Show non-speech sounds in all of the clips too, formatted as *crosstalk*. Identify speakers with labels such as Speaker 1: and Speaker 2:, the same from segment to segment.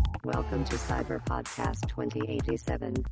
Speaker 1: to Cyber Podcast 2087.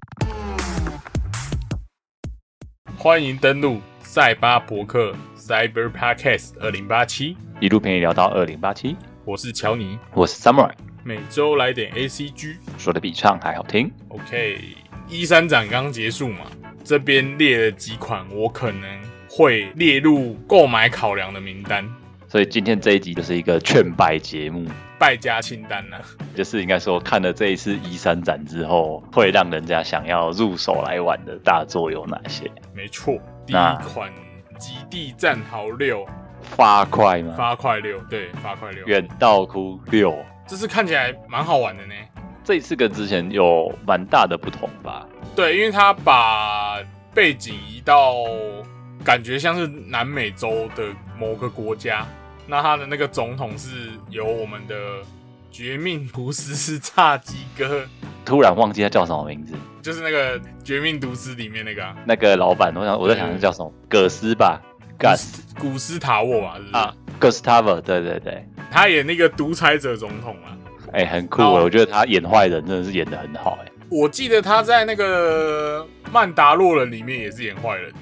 Speaker 2: 欢迎登录赛巴博客 Cyber Podcast 二零八七，
Speaker 3: 一路陪你聊到二零八七，
Speaker 2: 我是乔尼，
Speaker 3: 我是 Samurai，
Speaker 2: 每周来点 A C G。
Speaker 3: 说的比唱还好听。
Speaker 2: OK，一三展刚结束嘛，这边列了几款我可能会列入购买考量的名单，
Speaker 3: 所以今天这一集就是一个劝败节目，
Speaker 2: 败家清单啊呢、
Speaker 3: 就是应该说看了这一次一三展之后，会让人家想要入手来玩的大作有哪些？
Speaker 2: 没错，第
Speaker 3: 那
Speaker 2: 一款《极地战壕六》
Speaker 3: 发快吗？
Speaker 2: 发块六，对，发块六，
Speaker 3: 远道哭六，
Speaker 2: 这次看起来蛮好玩的呢。
Speaker 3: 这一次跟之前有蛮大的不同吧？
Speaker 2: 对，因为他把背景移到感觉像是南美洲的某个国家，那他的那个总统是由我们的《绝命毒师》是炸鸡哥，
Speaker 3: 突然忘记他叫什么名字，
Speaker 2: 就是那个《绝命毒师》里面那个、啊、
Speaker 3: 那个老板，我想我在想他叫什么，葛斯吧，Gus
Speaker 2: 古嗯斯塔沃嘛，是不是？
Speaker 3: 啊，Gustavo，对对对，
Speaker 2: 他演那个独裁者总统啊。
Speaker 3: 哎、很酷，
Speaker 2: 好
Speaker 3: 我觉得他演坏人真的是演的很好、哎。
Speaker 2: 我记得他在那个《曼达洛人》里面也是演坏人，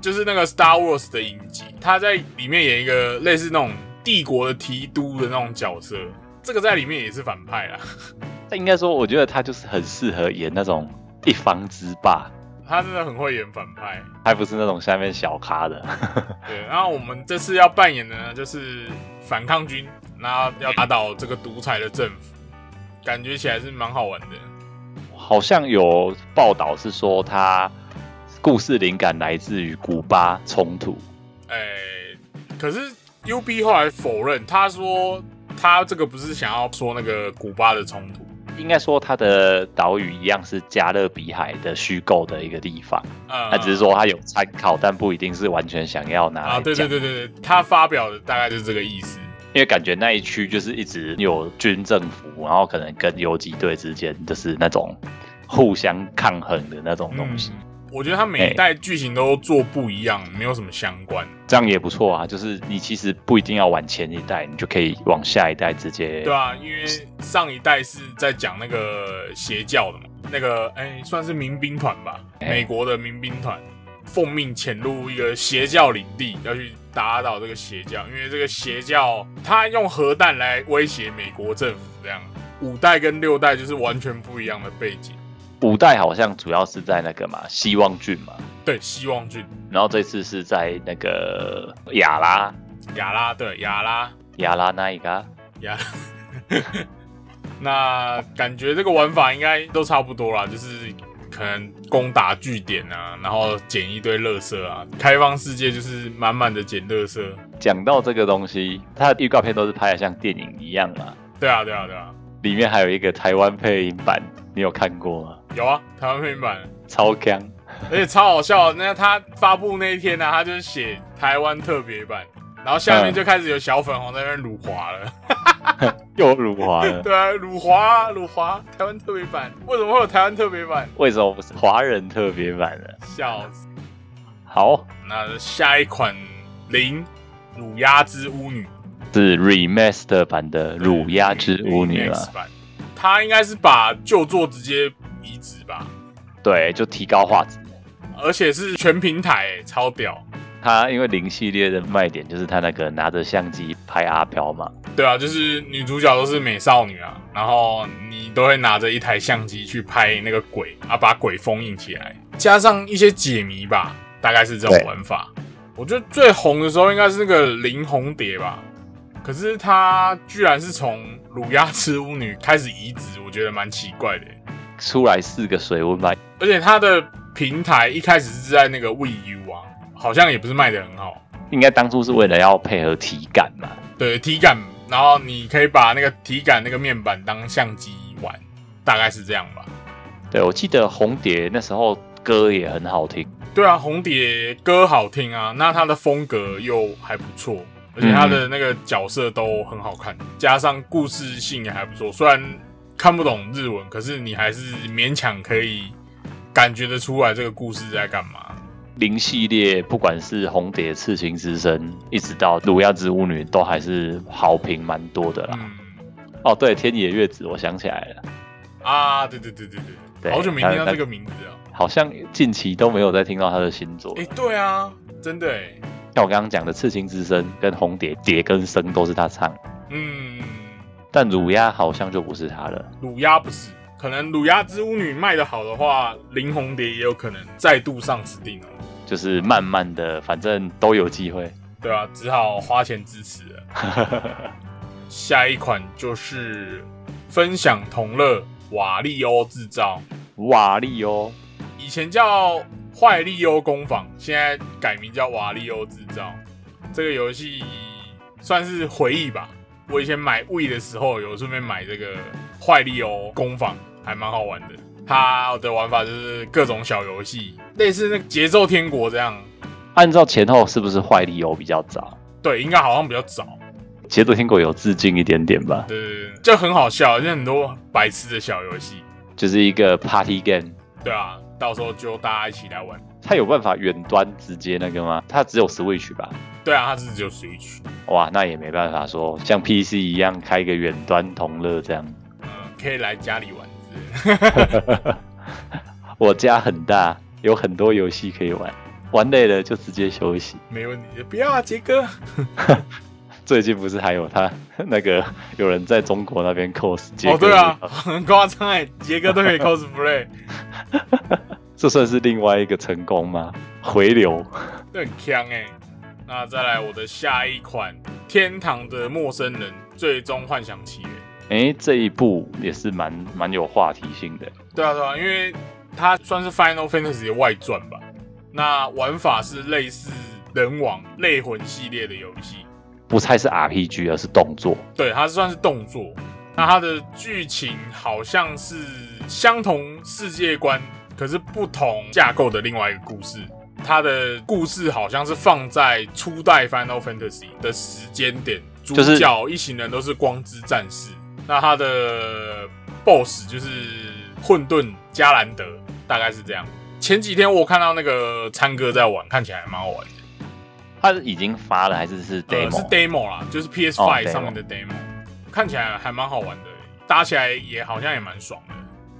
Speaker 2: 就是那个《Star Wars》的影集，他在里面演一个类似那种帝国的提督的那种角色，这个在里面也是反派啊啦。
Speaker 3: 但应该说，我觉得他就是很适合演那种一方之霸，
Speaker 2: *laughs* 他真的很会演反派。
Speaker 3: 还不是那种下面小咖的。 *laughs*
Speaker 2: 对，然后我们这次要扮演的呢，就是反抗军，那要打倒这个独裁的政府，感觉起来是蛮好玩的。
Speaker 3: 好像有报道是说他故事灵感来自于古巴冲突，
Speaker 2: 哎、可是 U B 后来否认，他说他这个不是想要说那个古巴的冲突。
Speaker 3: 应该说他的岛屿一样是加勒比海的虚构的一个地方，
Speaker 2: 呃
Speaker 3: 他只是说他有参考，但不一定是完全想要拿来
Speaker 2: 啊，对对
Speaker 3: 讲
Speaker 2: 对对对，他发表的大概就是这个意思。
Speaker 3: 因为感觉那一区就是一直有军政府，然后可能跟游击队之间就是那种互相抗衡的那种东西。
Speaker 2: 我觉得他每一代剧情都做不一样，没有什么相关。
Speaker 3: 这样也不错啊，就是你其实不一定要往前一代，你就可以往下一代直接。
Speaker 2: 对啊，因为上一代是在讲那个邪教的嘛，那个哎、算是民兵团吧，
Speaker 3: 哎
Speaker 2: 美国的民兵团奉命潜入一个邪教领地，要去打倒这个邪教，因为这个邪教他用核弹来威胁美国政府，这样五代跟六代就是完全不一样的背景。
Speaker 3: 五代好像主要是在那个嘛希望郡嘛，
Speaker 2: 对，希望郡
Speaker 3: 然后这次是在那个亚拉
Speaker 2: 亚拉，对亚拉，
Speaker 3: 亚拉那一个。
Speaker 2: 呀。 *laughs* 那感觉这个玩法应该都差不多啦，就是可能攻打据点啊，然后捡一堆垃圾啊，开放世界就是满满的捡垃圾。
Speaker 3: 讲到这个东西，它的预告片都是拍的像电影一样嘛，
Speaker 2: 对啊，对啊，对啊，
Speaker 3: 里面还有一个台湾配音版，你有看过吗？
Speaker 2: 有啊，台湾配音版，
Speaker 3: 超强，
Speaker 2: 而且超好笑的。那他发布那一天呢、他就是写台湾特别版，然后下面
Speaker 3: 嗯
Speaker 2: 就开始有小粉红在那边辱华了。
Speaker 3: 又辱
Speaker 2: *laughs*
Speaker 3: 华了。
Speaker 2: 对啊，辱华，辱华，台湾特别版，为什么会有台湾特别版？
Speaker 3: 为什么不是华人特别版呢？
Speaker 2: 笑死。
Speaker 3: 好，
Speaker 2: 那下一款零乳鸦之巫女，
Speaker 3: 是 remaster 版的《乳鸦之巫女》啊
Speaker 2: Remix
Speaker 3: 了。
Speaker 2: 版，她应该是把旧作直接移植吧，
Speaker 3: 对，就提高画质。
Speaker 2: 而且是全平台、欸，超屌。
Speaker 3: 它因为零系列的卖点就是它那个拿着相机拍阿飘嘛，
Speaker 2: 对啊，就是女主角都是美少女啊，然后你都会拿着一台相机去拍那个鬼啊，把鬼封印起来，加上一些解谜吧，大概是这种
Speaker 3: 对
Speaker 2: 玩法。我觉得最红的时候应该是那个零红蝶吧，可是它居然是从乳鸦之巫女开始移植，我觉得蛮奇怪的欸、
Speaker 3: 出来四个水温嘛，
Speaker 2: 而且它的平台一开始是在那个 w U 啊，好像也不是卖的很好，
Speaker 3: 应该当初是为了要配合体感嘛。
Speaker 2: 对体感，然后你可以把那个体感那个面板当相机玩，大概是这样吧。
Speaker 3: 对，我记得红蝶那时候歌也很好听，
Speaker 2: 对啊，红蝶歌好听啊，那它的风格又还不错，而且它的那个角色都很好看，加上故事性也还不错。虽然看不懂日文，可是你还是勉强可以感觉得出来这个故事在干嘛。
Speaker 3: 零系列不管是红蝶、刺青之声，一直到乳鸦之巫女，都还是好评蛮多的啦。
Speaker 2: 嗯，
Speaker 3: 哦，对，天野月子，我想起来了，
Speaker 2: 啊，对对对对对，
Speaker 3: 对
Speaker 2: 好久没听到这个名字啊。
Speaker 3: 好像近期都没有再听到他的新作了
Speaker 2: 哎、。对啊，真的哎，
Speaker 3: 像我刚刚讲的《刺青之声》跟《红蝶》，蝶跟声都是他唱，
Speaker 2: 嗯，
Speaker 3: 但乳鸦好像就不是他了。
Speaker 2: 乳鸦不是，可能乳鸦之巫女卖的好的话，林红蝶也有可能再度上指定了。
Speaker 3: 就是慢慢的，反正都有机会。
Speaker 2: 对啊，只好花钱支持了。下一款就是分享同乐瓦利欧制造，
Speaker 3: 瓦力哦，
Speaker 2: 以前叫坏利欧工坊，现在改名叫瓦利欧制造。这个游戏算是回忆吧。我以前买 w 的时候，有顺便买这个坏利欧工坊，还蛮好玩的。它的玩法就是各种小游戏，类似那个节奏天国这样。
Speaker 3: 按照前后是不是坏力哦比较早？
Speaker 2: 对，应该好像比较早。
Speaker 3: 节奏天狗有致敬一点点吧，
Speaker 2: 对，就很好笑，就很多白痴的小游戏。
Speaker 3: 就是一个 party game。
Speaker 2: 对啊，到时候就大家一起来玩。
Speaker 3: 它有办法远端直接那个吗？它只有 Switch 吧？
Speaker 2: 对啊，它是只有 Switch，
Speaker 3: 哇，那也没办法说像 PC 一样开一个远端同乐这样。 *laughs*
Speaker 2: 嗯、可以来家里玩之类的。
Speaker 3: 我家很大，有很多游戏可以玩，玩累了就直接休息。
Speaker 2: 没问题的，不要啊，杰哥。
Speaker 3: 最近不是还有他那个有人在中国那边 cos 杰
Speaker 2: 哦，
Speaker 3: 克
Speaker 2: 对啊
Speaker 3: 瑞，克
Speaker 2: 很夸张哎，杰哥都可以 cosplay，
Speaker 3: 这算是另外一个成功吗？回流
Speaker 2: 这很强哎。那再来我的下一款《天堂的陌生人：最终幻想起源》。
Speaker 3: 诶，这一部也是蛮蛮有话题性的，
Speaker 2: 对啊，对啊，因为它算是 Final Fantasy 的外传吧。那玩法是类似人王类魂系列的游戏，
Speaker 3: 不太是 RPG，而是动作。
Speaker 2: 对，它算是动作。那它的剧情好像是相同世界观，可是不同架构的另外一个故事。它的故事好像是放在初代 Final Fantasy 的时间点，主
Speaker 3: 就是
Speaker 2: 角一行人都是光之战士。那它的 BOSS 就是混沌加兰德，大概是这样。前几天我看到那个参哥在玩，看起来还蛮好玩的。
Speaker 3: 它已经发了还是是
Speaker 2: 呃，是
Speaker 3: demo？、
Speaker 2: demo 啦，就是 PS
Speaker 3: 哦
Speaker 2: Five
Speaker 3: ，demo
Speaker 2: 上面的 demo，看起来还蛮好玩的，欸打起来也好像也蛮爽的。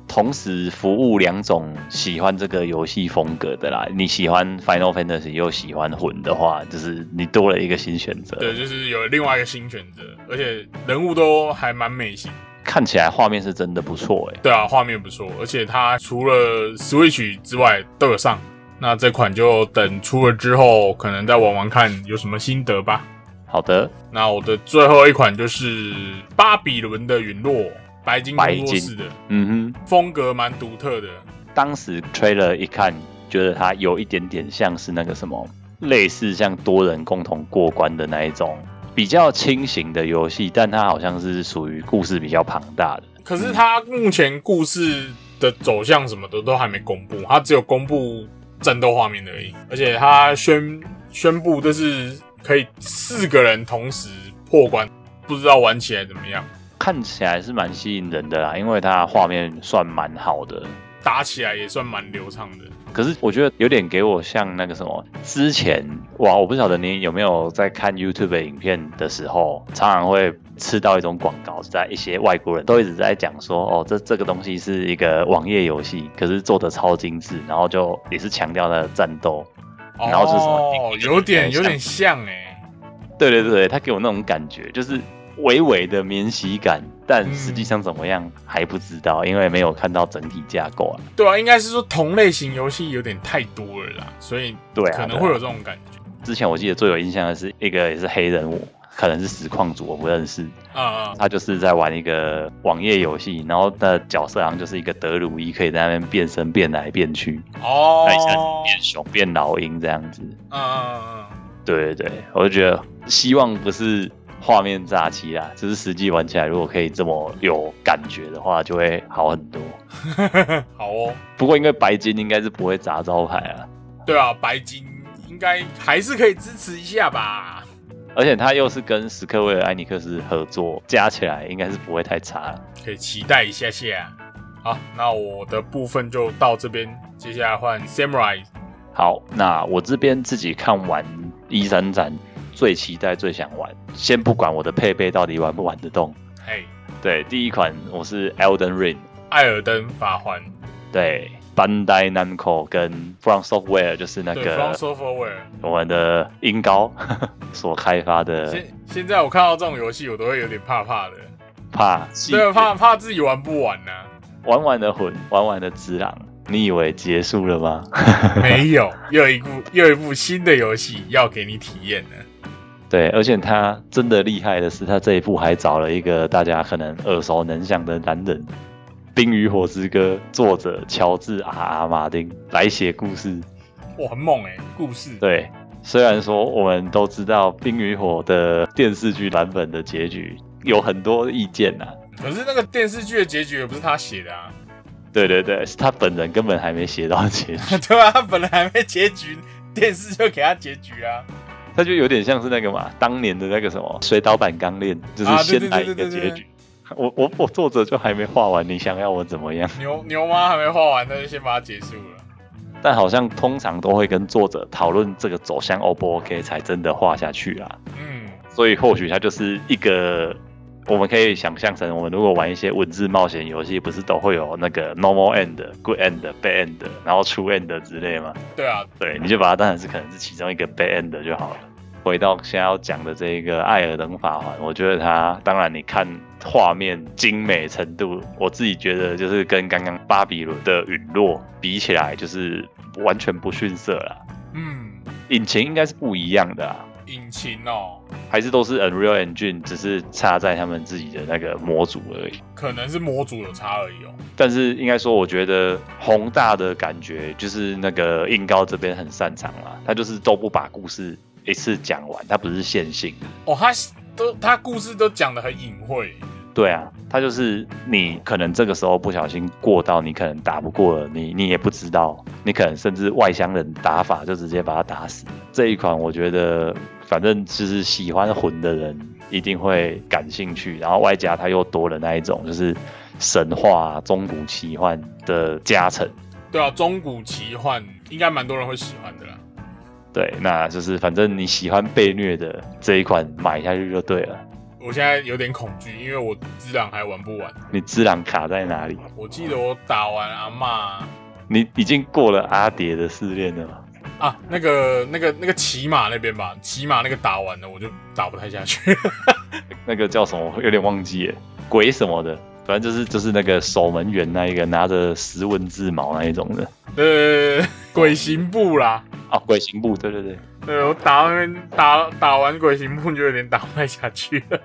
Speaker 3: 同时服务两种喜欢这个游戏风格的啦。你喜欢 Final Fantasy 又喜欢魂的话，就是你多了一个新选择。
Speaker 2: 对，就是有另外一个新选择，而且人物都还蛮美型。
Speaker 3: 看起来画面是真的不错诶。
Speaker 2: 对啊，画面不错，而且它除了 Switch 之外都有上。那这款就等出了之后，可能再玩玩看有什么心得吧。
Speaker 3: 好的，
Speaker 2: 那我的最后一款就是巴比伦的陨落，白金
Speaker 3: 白
Speaker 2: 工作
Speaker 3: 金
Speaker 2: 室的
Speaker 3: 嗯
Speaker 2: 风格蛮独特的，
Speaker 3: 哼，当时 trailer 一看，觉得它有一点点像是那个什么，类似像多人共同过关的那一种比较轻型的游戏，但它好像是属于故事比较庞大的。
Speaker 2: 可是他目前故事的走向什么的都还没公布，他只有公布战斗画面而已，而且他宣宣布这是可以四个人同时破关，不知道玩起来怎么样，
Speaker 3: 看起来是蛮吸引人的啦，因为它画面算蛮好的。
Speaker 2: 打起来也算蛮流畅的。
Speaker 3: 可是我觉得有点给我像那个什么，之前哇，我不晓得你有没有在看 YouTube 影片的时候，常常会吃到一种广告，在一些外国人都一直在讲说，哦，这这个东西是一个网页游戏，可是做的超精致，然后就也是强调它的战斗。然后就是什么
Speaker 2: 哦，有点有点像哎、
Speaker 3: 对对对，它给我那种感觉，就是微微的免洗感，但
Speaker 2: 嗯
Speaker 3: 实际上怎么样还不知道，因为没有看到整体架构啊。
Speaker 2: 对啊，应该是说同类型游戏有点太多了啦，所以
Speaker 3: 对啊
Speaker 2: 可能
Speaker 3: 对啊
Speaker 2: 会有这种感觉。
Speaker 3: 之前我记得最有印象的是一个也是黑人，我可能是实况组，我不认识。
Speaker 2: 啊、
Speaker 3: 他就是在玩一个网页游戏，然后的角色好像就是一个德鲁伊，可以在那边变身变来变去，
Speaker 2: 哦
Speaker 3: 那一下子，变熊变老鹰这样子。
Speaker 2: 嗯嗯嗯，
Speaker 3: 对对对，我就觉得希望不是画面炸欺啦，就是实际玩起来如果可以这么有感觉的话，就会好很多。
Speaker 2: 嗯 *laughs* 好哦。
Speaker 3: 不过因为白金应该是不会砸招牌啊，
Speaker 2: 对啊，白金应该还是可以支持一下吧。
Speaker 3: 而且他又是跟史克威尔艾尼克斯合作，加起来应该是不会太差了。
Speaker 2: 可以期待一下下。好，那我的部分就到这边，接下来换 Samurai。
Speaker 3: 好，那我这边自己看完一三展，最期待、最想玩，先不管我的配备到底玩不玩得动。
Speaker 2: 嘿，
Speaker 3: 对，第一款我是 Elden Ring，
Speaker 2: 艾尔登法环，
Speaker 3: 对，Bandai Namco 跟 From Software 就是那
Speaker 2: 对 From
Speaker 3: 个
Speaker 2: Software。
Speaker 3: 我们的音高 *laughs* 所开发的
Speaker 2: 现现在我看到这种游戏，我都会有点怕怕的，
Speaker 3: 怕
Speaker 2: 对，怕怕自己玩不完呢、啊
Speaker 3: 玩玩的魂，玩玩的之狼，你以为结束了吗？
Speaker 2: 没
Speaker 3: *laughs*
Speaker 2: 有，又一部又一部新的游戏要给你体验呢。
Speaker 3: 对，而且他真的厉害的是，他这一部还找了一个大家可能耳熟能详的男人，《冰与火之歌》作者乔治 R R 马丁来写故事。
Speaker 2: 哇，很猛哎、故事。
Speaker 3: 对，虽然说我们都知道《冰与火》的电视剧版本的结局有很多意见啊呐、
Speaker 2: 可是那个电视剧的结局也不是他写的啊，
Speaker 3: 对对对，是他本人根本还没写到结局，
Speaker 2: *laughs* 对啊，他本来还没结局，电视就给他结局啊。
Speaker 3: 他就有点像是那个嘛，当年的那个什么水岛版钢炼，就是
Speaker 2: 啊对
Speaker 3: 先
Speaker 2: 对
Speaker 3: 来
Speaker 2: 对
Speaker 3: 一个
Speaker 2: 对对
Speaker 3: 结
Speaker 2: 对
Speaker 3: 局。我我我作者就还没画完，你想要我怎么样？
Speaker 2: 牛牛妈还没画完，那就先把它结束了。
Speaker 3: 但好像通常都会跟作者讨论这个走向 O 不 OK 才真的画下去啊。
Speaker 2: 嗯，
Speaker 3: 所以或许它就是一个，我们可以想象成，我们如果玩一些文字冒险游戏，不是都会有那个 normal end、good end、bad end，然后 true end 之类吗？
Speaker 2: 对啊，
Speaker 3: 对，你就把它当然是可能是其中一个 bad end 就好了。回到现在要讲的这个艾尔登法环，我觉得它当然你看画面精美程度，我自己觉得就是跟刚刚巴比伦的陨落比起来，就是完全不逊色啦。
Speaker 2: 嗯，
Speaker 3: 引擎应该是不一样的啊，
Speaker 2: 引擎哦，
Speaker 3: 还是都是 Unreal Engine，只是差在他们自己的那个模组而已。
Speaker 2: 可能是模组有差而已哦。
Speaker 3: 但是应该说，我觉得宏大的感觉就是那个硬高这边很擅长啦，他就是都不把故事一次讲完，他不是线性的。
Speaker 2: 哦，他都他故事都讲的很隐晦，
Speaker 3: 对啊，他就是你可能这个时候不小心过到你可能打不过了，你你也不知道，你可能甚至外乡人打法就直接把他打死。这一款我觉得，反正就是喜欢魂的人一定会感兴趣，然后外加它又多了那一种就是神话、中古奇幻的 *laughs* 加成。
Speaker 2: 对啊，中古奇幻应该蛮多人会喜欢的啦。
Speaker 3: 对，那就是反正你喜欢被虐的这一款买下去就对了。
Speaker 2: 我现在有点恐惧，因为我之狼还玩不完。
Speaker 3: 你自然卡在哪里？
Speaker 2: 我记得我打完阿嬷
Speaker 3: 你已经过了阿蝶的试炼了吗？
Speaker 2: 啊，那个那个那个骑马那边吧，骑马那个打完了，我就打不太下去。
Speaker 3: 那个叫什么，我有点忘记了，鬼什么的，反正就是就是那个守门员那一个拿着十文字矛那一种的
Speaker 2: 呃，鬼行步啦，
Speaker 3: 啊，鬼刑部，对对对，
Speaker 2: 对我打完那边打打完鬼行步就有点打不太下去了。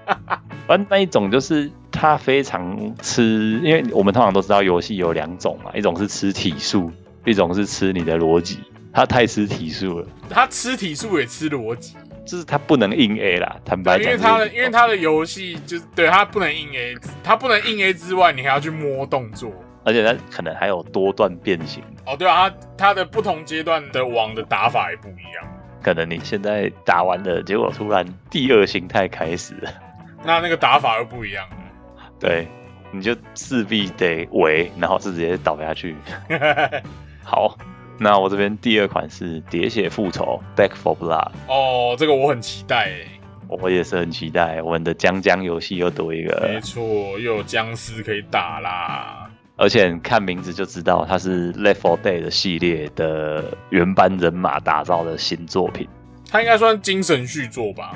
Speaker 3: 反正那一种就是他非常吃，因为我们通常都知道游戏有两种嘛，一种是吃体术，一种是吃你的逻辑，他太吃体术了，
Speaker 2: 他吃体术也吃逻辑，
Speaker 3: 就是他不能硬 A 啦，坦白
Speaker 2: 对，因
Speaker 3: 讲就是，
Speaker 2: 为他的因为他的游戏就是对他不能硬 A，他不能硬 A 之外，你还要去摸动作。
Speaker 3: 而且他可能还有多段变形。
Speaker 2: 哦，对啊，他他的不同阶段的网的打法也不一样。
Speaker 3: 可能你现在打完了，结果突然第二形态开始了，
Speaker 2: 那那个打法又不一样
Speaker 3: 对，你就势必得围，然后是直接倒下去。
Speaker 2: 了
Speaker 3: 好，那我这边第二款是《喋血复仇》（Back for Blood），
Speaker 2: 哦，这个我很期待欸、
Speaker 3: 我也是很期待我们的江江游戏又多一
Speaker 2: 没
Speaker 3: 个，
Speaker 2: 错，又有僵尸可以打啦。
Speaker 3: 而且看名字就知道它是 Left 4 Dead 的系列的原班人马打造的新作品，
Speaker 2: 他应该算精神续作吧？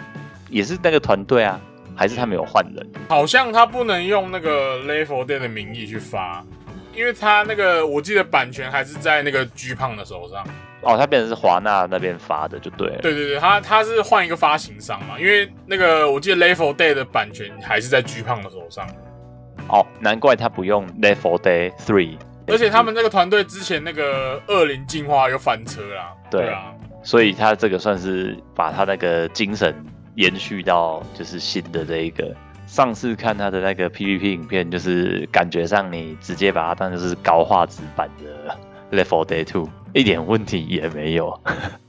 Speaker 3: 也是那个团队啊，还是他没有换人？
Speaker 2: 好像他不能用那个 Level Day 的名义去发，因为他那个我记得版权还是在那个 G 胖的手上。
Speaker 3: 哦，他变成是华纳那边发的就对了。
Speaker 2: 对对对，他他是换一个发行商嘛，因为那个我记得 Level Day 的版权还是在 G 胖的手上，
Speaker 3: 哦，难怪他不用 Left 4 Dead Three，
Speaker 2: 而且他们这个团队之前那个恶灵进化又翻车啦。
Speaker 3: 对
Speaker 2: 对啊，
Speaker 3: 所以他这个算是把他那个精神延续到就是新的这一个。上次看他的那个 PVP 影片，就是感觉上你直接把它当成是高画质版的 Level Day Two，一点问题也没有。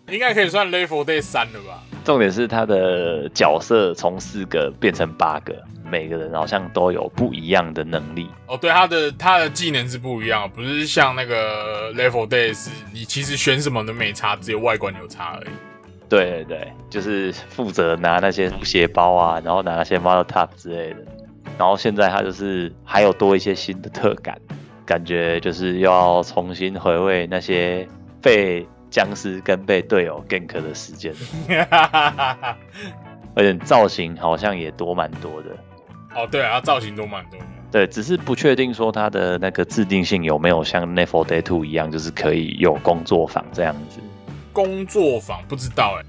Speaker 2: 应该可以算 Level Day 三了吧？
Speaker 3: 重点是他的角色从四个变成八个，每个人好像都有不一样的能力。
Speaker 2: 哦，对，他的他的技能是不一样，啊不是像那个 Level Day 是你其实选什么都没差，只有外观有差而已。
Speaker 3: 对对对，就是负责拿那些补血包啊，然后拿那些 model top 之类的。然后现在它就是还有多一些新的特感，感觉就是又要重新回味那些被僵尸跟被队友 gank 的时间了，
Speaker 2: *laughs*
Speaker 3: 而且造型好像也多蛮多的。
Speaker 2: 哦，对啊，造型都蛮多的。
Speaker 3: 对，只是不确定说它的那个制定性有没有像 n e f o Day Two 一样，就是可以有工作坊这样子。
Speaker 2: 工作坊不知道哎、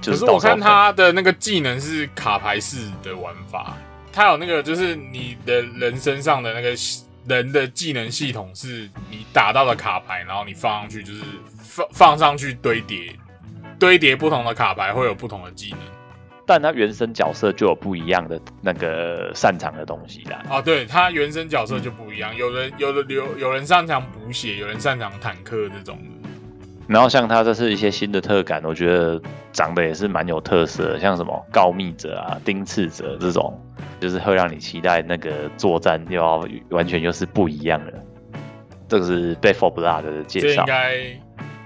Speaker 3: 就
Speaker 2: 可是
Speaker 3: 到
Speaker 2: 我
Speaker 3: 时候
Speaker 2: 看他的那个技能是卡牌式的玩法，他有那个就是你的人身上的那个系人的技能系统，是你打到的卡牌，然后你放上去就是放放上去堆叠，堆叠不同的卡牌会有不同的技能。
Speaker 3: 但他原生角色就有不一样的那个擅长的东西啦。
Speaker 2: 啊，对，他原生角色就不一样，有人有的有有人擅长补血，有人擅长坦克这种的。
Speaker 3: 然后像他这是一些新的特感，我觉得长得也是蛮有特色的，像什么告密者啊、丁次者这种，就是会让你期待那个作战又要完全又是不一样的。这个是 b a f o r Blood 的
Speaker 2: 这
Speaker 3: 介
Speaker 2: 应
Speaker 3: 绍，
Speaker 2: 该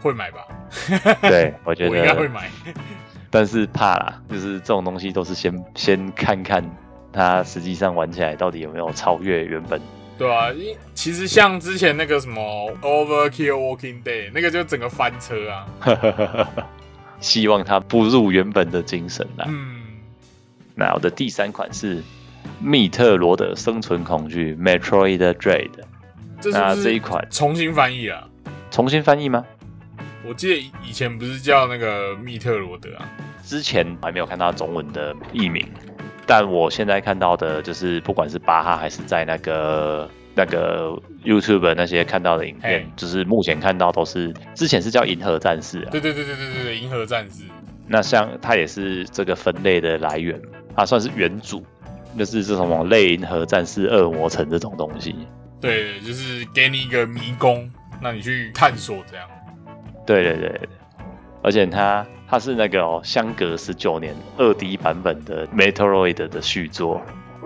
Speaker 2: 会买吧？
Speaker 3: *laughs* 对我觉
Speaker 2: 我应该会
Speaker 3: 得，
Speaker 2: 买。
Speaker 3: 但是怕啦，就是这种东西都是先先看看它实际上玩起来到底有没有超越原本 *laughs*
Speaker 2: 对啊，因其实像之前那个什么 Overkill Walking Day，那个就整个翻车啊。
Speaker 3: 希望它不入原本的精神啦。
Speaker 2: 嗯，
Speaker 3: 那我的第三款是密特罗的生存恐惧 （Metroid Dread）。
Speaker 2: 这是不
Speaker 3: 那啊这一
Speaker 2: 是
Speaker 3: 款
Speaker 2: 重新翻译啊？
Speaker 3: 重新翻译吗？
Speaker 2: 我记得以以前不是叫那个密特罗德啊？
Speaker 3: 之前还没有看到中文的译名，但我现在看到的就是，不管是巴哈还是在那个那个 YouTube 那些看到的影片
Speaker 2: 嘿，
Speaker 3: 就是目前看到都是之前是叫银河战士啊，
Speaker 2: 对对对对对对对，银河战士。
Speaker 3: 那像它也是这个分类的来源，它算是原主，就是这种什么类银河战士、恶魔城这种东西。
Speaker 2: 对，就是给你一个迷宫，让你去探索这样。
Speaker 3: 对对对对，而且它它是那个、哦、相隔十九年二 D 版本的 Metroid 的续作。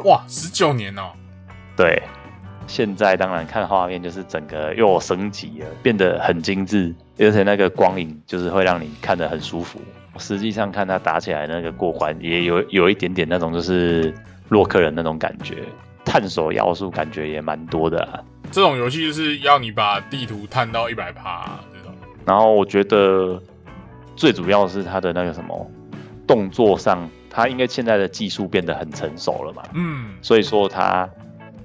Speaker 2: 哇，十九年哦、
Speaker 3: 对，现在当然看画面就是整个又有升级了，变得很精致，而且那个光影就是会让你看得很舒服。实际上看它打起来那个过关，也有有一点点那种就是洛克人那种感觉，探索要素感觉也蛮多的啊啦。
Speaker 2: 这种游戏就是要你把地图探到一百趴这种。
Speaker 3: 然后我觉得最主要是它的那个什么动作上，它因为现在的技术变得很成熟了嘛，
Speaker 2: 嗯，
Speaker 3: 所以说它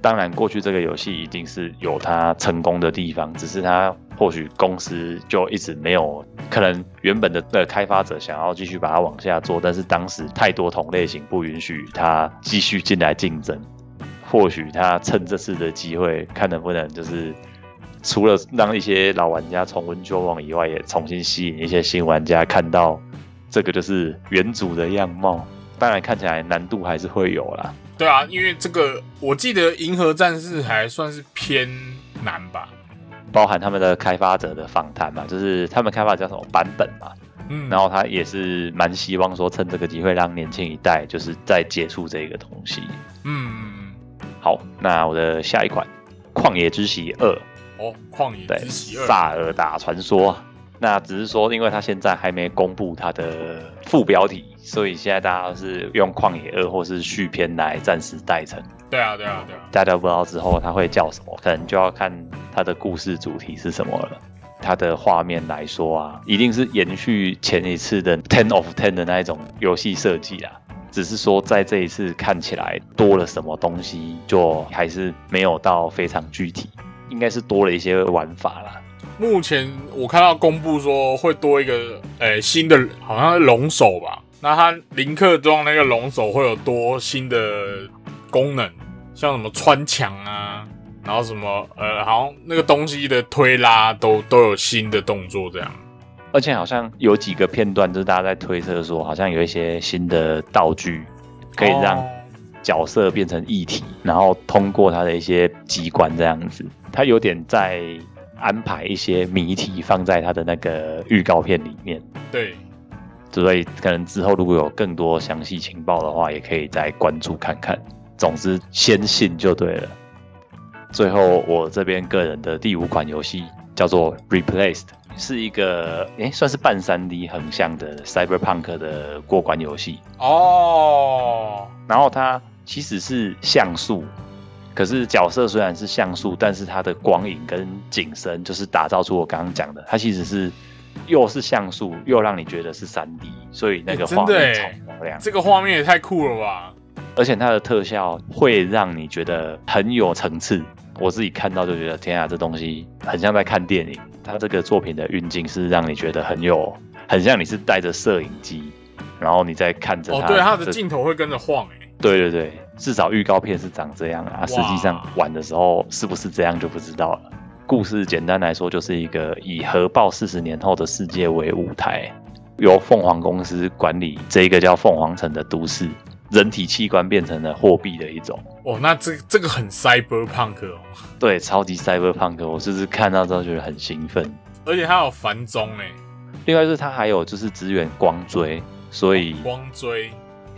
Speaker 3: 当然过去这个游戏一定是有它成功的地方，只是它或许公司就一直没有可能原本的呃开发者想要继续把它往下做，但是当时太多同类型不允许它继续进来竞争。或许他趁这次的机会，看能不能就是除了让一些老玩家重温旧望以外，也重新吸引一些新玩家看到这个就是原主的样貌。当然看起来难度还是会有啦，
Speaker 2: 对啊，因为这个我记得《银河战士》还算是偏难吧。
Speaker 3: 包含他们的开发者的访谈嘛，就是他们开发者叫什么版本嘛，
Speaker 2: 嗯，
Speaker 3: 然后他也是蛮希望说趁这个机会让年轻一代就是再接触这个东西。
Speaker 2: 嗯，
Speaker 3: 好，那我的下一款《旷野之息二》。
Speaker 2: 哦，旷野
Speaker 3: 对，
Speaker 2: 之息二，
Speaker 3: 萨尔达传说。那只是说，因为它现在还没公布它的副标题，所以现在大家是用旷野二或是续篇来暂时代称。
Speaker 2: 对啊，对啊，对啊，
Speaker 3: 大家不知道之后它会叫什么，可能就要看它的故事主题是什么了。它的画面来说啊，一定是延续前一次的 Ten of Ten 的那一种游戏设计啊，只是说在这一次看起来多了什么东西，就还是没有到非常具体，应该是多了一些玩法啦。
Speaker 2: 目前我看到公布说会多一个，诶、新的好像是龙首吧。那它林克装那个龙首会有多新的功能，像什么穿墙啊，然后什么呃，好像那个东西的推拉都都有新的动作这样。
Speaker 3: 而且好像有几个片段，就是大家在推测说，好像有一些新的道具可以让
Speaker 2: 哦
Speaker 3: 角色变成一体，然后通过它的一些机关这样子，它有点在安排一些谜题放在它的那个预告片里面，
Speaker 2: 对，
Speaker 3: 所以可能之后如果有更多详细情报的话，也可以再关注看看。总之，先信就对了。最后，我这边个人的第五款游戏叫做《Replaced》，是一个诶、算是半三 D 横向的 Cyberpunk 的过关游戏。
Speaker 2: 哦，
Speaker 3: 然后它其实是像素，可是角色虽然是像素，但是它的光影跟景深就是打造出我刚刚讲的，它其实是又是像素，又让你觉得是三 D，所以那个
Speaker 2: 欸
Speaker 3: 画
Speaker 2: 真的
Speaker 3: 面
Speaker 2: 欸
Speaker 3: 超漂亮，
Speaker 2: 这个画面也太酷了吧！
Speaker 3: 而且它的特效会让你觉得很有层次。我自己看到就觉得，天啊，这东西很像在看电影。它这个作品的运镜是让你觉得很有，很像你是带着摄影机，然后你在看着
Speaker 2: 哦
Speaker 3: 它。，
Speaker 2: 对，它的
Speaker 3: 这
Speaker 2: 镜头会跟着晃、欸，
Speaker 3: 对对对，至少预告片是长这样啊，实际上玩的时候是不是这样就不知道了。故事简单来说，就是一个以核爆四十年后的世界为舞台，由凤凰公司管理这一个叫凤凰城的都市，人体器官变成了货币的一种。
Speaker 2: 哦，那这这个很 cyberpunk 哦，
Speaker 3: 对，超级 cyberpunk，我就是看到之后觉得很兴奋。
Speaker 2: 而且它有繁中哎、
Speaker 3: 另外就是它还有就是支援光追，所以
Speaker 2: 光追，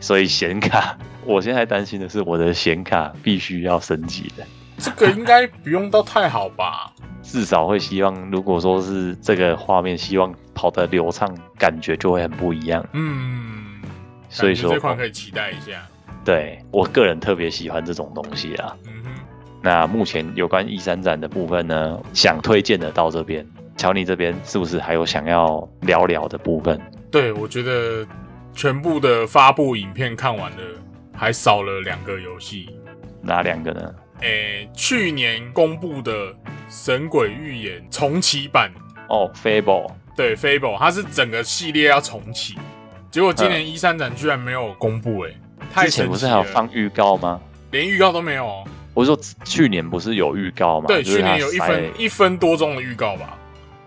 Speaker 3: 所以显卡，我现在担心的是我的显卡必须要升级的。
Speaker 2: 这个应该不用到太好吧？
Speaker 3: 至少会希望，如果说是这个画面，希望跑得流畅，感觉就会很不一样。
Speaker 2: 嗯，
Speaker 3: *laughs* 所以
Speaker 2: 感觉
Speaker 3: 说，
Speaker 2: 这款可以期待一下。
Speaker 3: 对我个人特别喜欢这种东西啊。
Speaker 2: 嗯哼，
Speaker 3: 那目前有关一三展的部分呢，想推荐的到这边，乔尼这边是不是还有想要聊聊的部分？
Speaker 2: 对，我觉得全部的发布影片看完了，还少了两个游戏。
Speaker 3: 哪两个呢？
Speaker 2: 诶、去年公布的《神鬼预言》重启版，
Speaker 3: 哦，Fable，
Speaker 2: 对 Fable，它是整个系列要重启，结果今年一三展居然没有公布、诶，太
Speaker 3: 嗯之前
Speaker 2: 神
Speaker 3: 不
Speaker 2: 奇
Speaker 3: 是还有
Speaker 2: 了，
Speaker 3: 放预告吗？
Speaker 2: 连预告都没有哦。
Speaker 3: 我说去年不是有预告吗？
Speaker 2: 对，
Speaker 3: 就是
Speaker 2: 去
Speaker 3: 它
Speaker 2: 年有一
Speaker 3: 塞
Speaker 2: 分一分多钟的预告吧，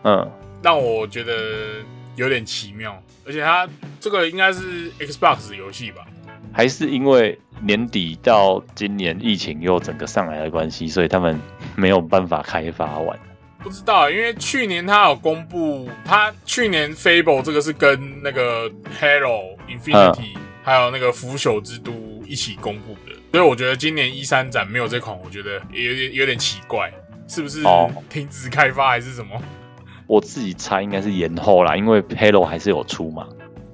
Speaker 3: 嗯，
Speaker 2: 让我觉得有点奇妙，而且它这个应该是 Xbox 的游戏吧？
Speaker 3: 还是因为年底到今年疫情又整个上来的关系，所以他们没有办法开发完。
Speaker 2: 不知道，啊因为去年它有公布，它去年 Fable 这个是跟那个 Halo Infinity、还有那个腐朽之都一起公布的，所以我觉得今年一三展没有这款，我觉得也有点有点奇怪，是不是
Speaker 3: 哦
Speaker 2: 停止开发还是什么？
Speaker 3: 我自己猜应该是延后啦，因为 Halo 还是有出嘛。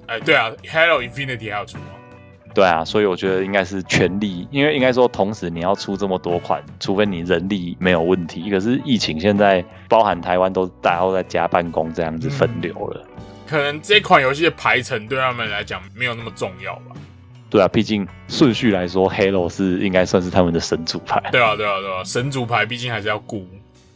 Speaker 2: 哎，对啊，Halo Infinity 还有出吗？
Speaker 3: 对啊，所以我觉得应该是全力，因为应该说同时你要出这么多款，除非你人力没有问题。可是疫情现在包含台湾都大家都在家办公这样子分流了。
Speaker 2: 可能这款游戏的排程对他们来讲没有那么重要吧？
Speaker 3: 对啊，毕竟顺序来说，Halo 是应该算是他们的神主牌。
Speaker 2: 对啊，对啊，对啊，神族牌毕竟还是要顾，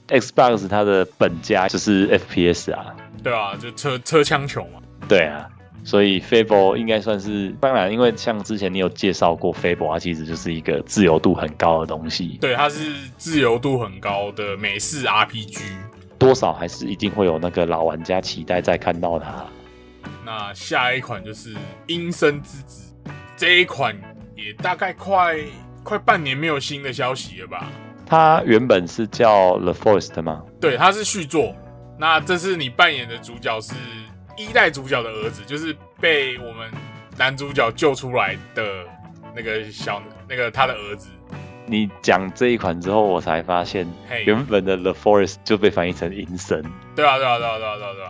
Speaker 3: Xbox 它的本家就是 FPS 啊，
Speaker 2: 对啊，就车车枪球嘛。
Speaker 3: 对啊，所以 Fable 应该算是，当然，因为像之前你有介绍过 Fable，它其实就是一个自由度很高的东西，
Speaker 2: 对，它是自由度很高的美式 RPG。
Speaker 3: 多少还是一定会有那个老玩家期待再看到它。
Speaker 2: 那下一款就是《阴森之子》，这一款也大概快快半年没有新的消息了吧？
Speaker 3: 它原本是叫 The Forest 吗？
Speaker 2: 对，它是续作。那这次你扮演的主角是一代主角的儿子，就是被我们男主角救出来的那个小那个他的儿子。
Speaker 3: 你讲这一款之后，我才发现
Speaker 2: 嘿
Speaker 3: 原本的 The Forest 就被翻译成银神。
Speaker 2: 对啊，对啊，对啊，对啊，对啊，对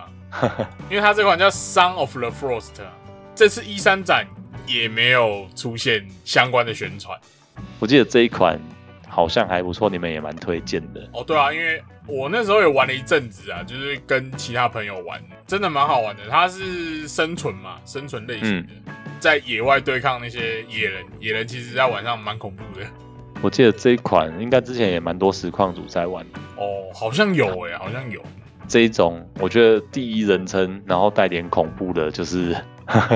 Speaker 2: 啊。因为它这款叫《Son of the Frost》，这啊次一三展也没有出现相关的宣传。
Speaker 3: 我记得这一款好像还不错，你们也蛮推荐的。
Speaker 2: 哦，对啊，因为我那时候也玩了一阵子啊，就是跟其他朋友玩，真的蛮好玩的。它是生存嘛，生存类型的，
Speaker 3: 嗯
Speaker 2: 在野外对抗那些野人，野人其实在晚上蛮恐怖的。
Speaker 3: 我记得这一款应该之前也蛮多实况组在玩的
Speaker 2: 哦，好像有诶、好像有。
Speaker 3: 这一种，我觉得第一人称，然后带点恐怖的，就是 *laughs*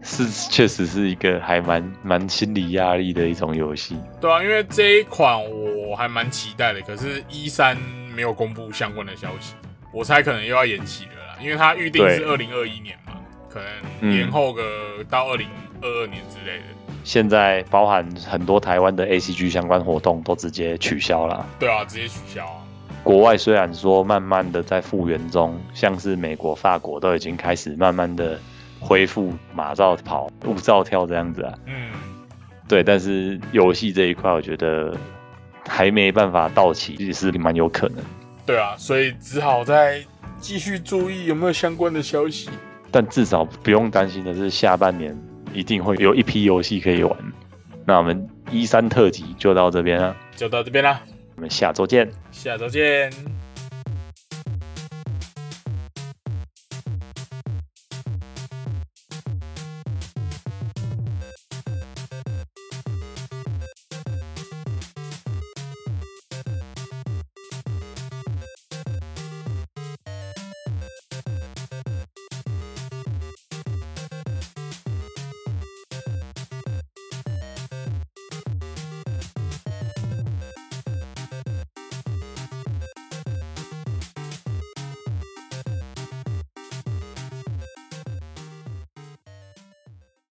Speaker 3: 是确实是一个还蛮蛮心理压力的一种游戏。
Speaker 2: 对啊，因为这一款我还蛮期待的，可是一三没有公布相关的消息，我猜可能又要延期了啦，因为它预定是二
Speaker 3: 对
Speaker 2: 零二一年嘛，可能
Speaker 3: 嗯
Speaker 2: 延后个到二零二二年之类的。
Speaker 3: 现在包含很多台湾的 ACG 相关活动都直接取消了。
Speaker 2: 对啊，直接取消啊。
Speaker 3: 国外虽然说慢慢的在复原中，像是美国、法国都已经开始慢慢的恢复马照跑、舞照跳这样子啊。
Speaker 2: 嗯，
Speaker 3: 对，但是游戏这一块，我觉得还没办法到齐，也是蛮有可能。
Speaker 2: 对啊，所以只好再继续注意有没有相关的消息。
Speaker 3: 但至少不用担心的是，下半年一定会有一批游戏可以玩。那我们一三特辑就到这边了，
Speaker 2: 就到这边啦，
Speaker 3: 啊我们下周见。
Speaker 2: 下周见。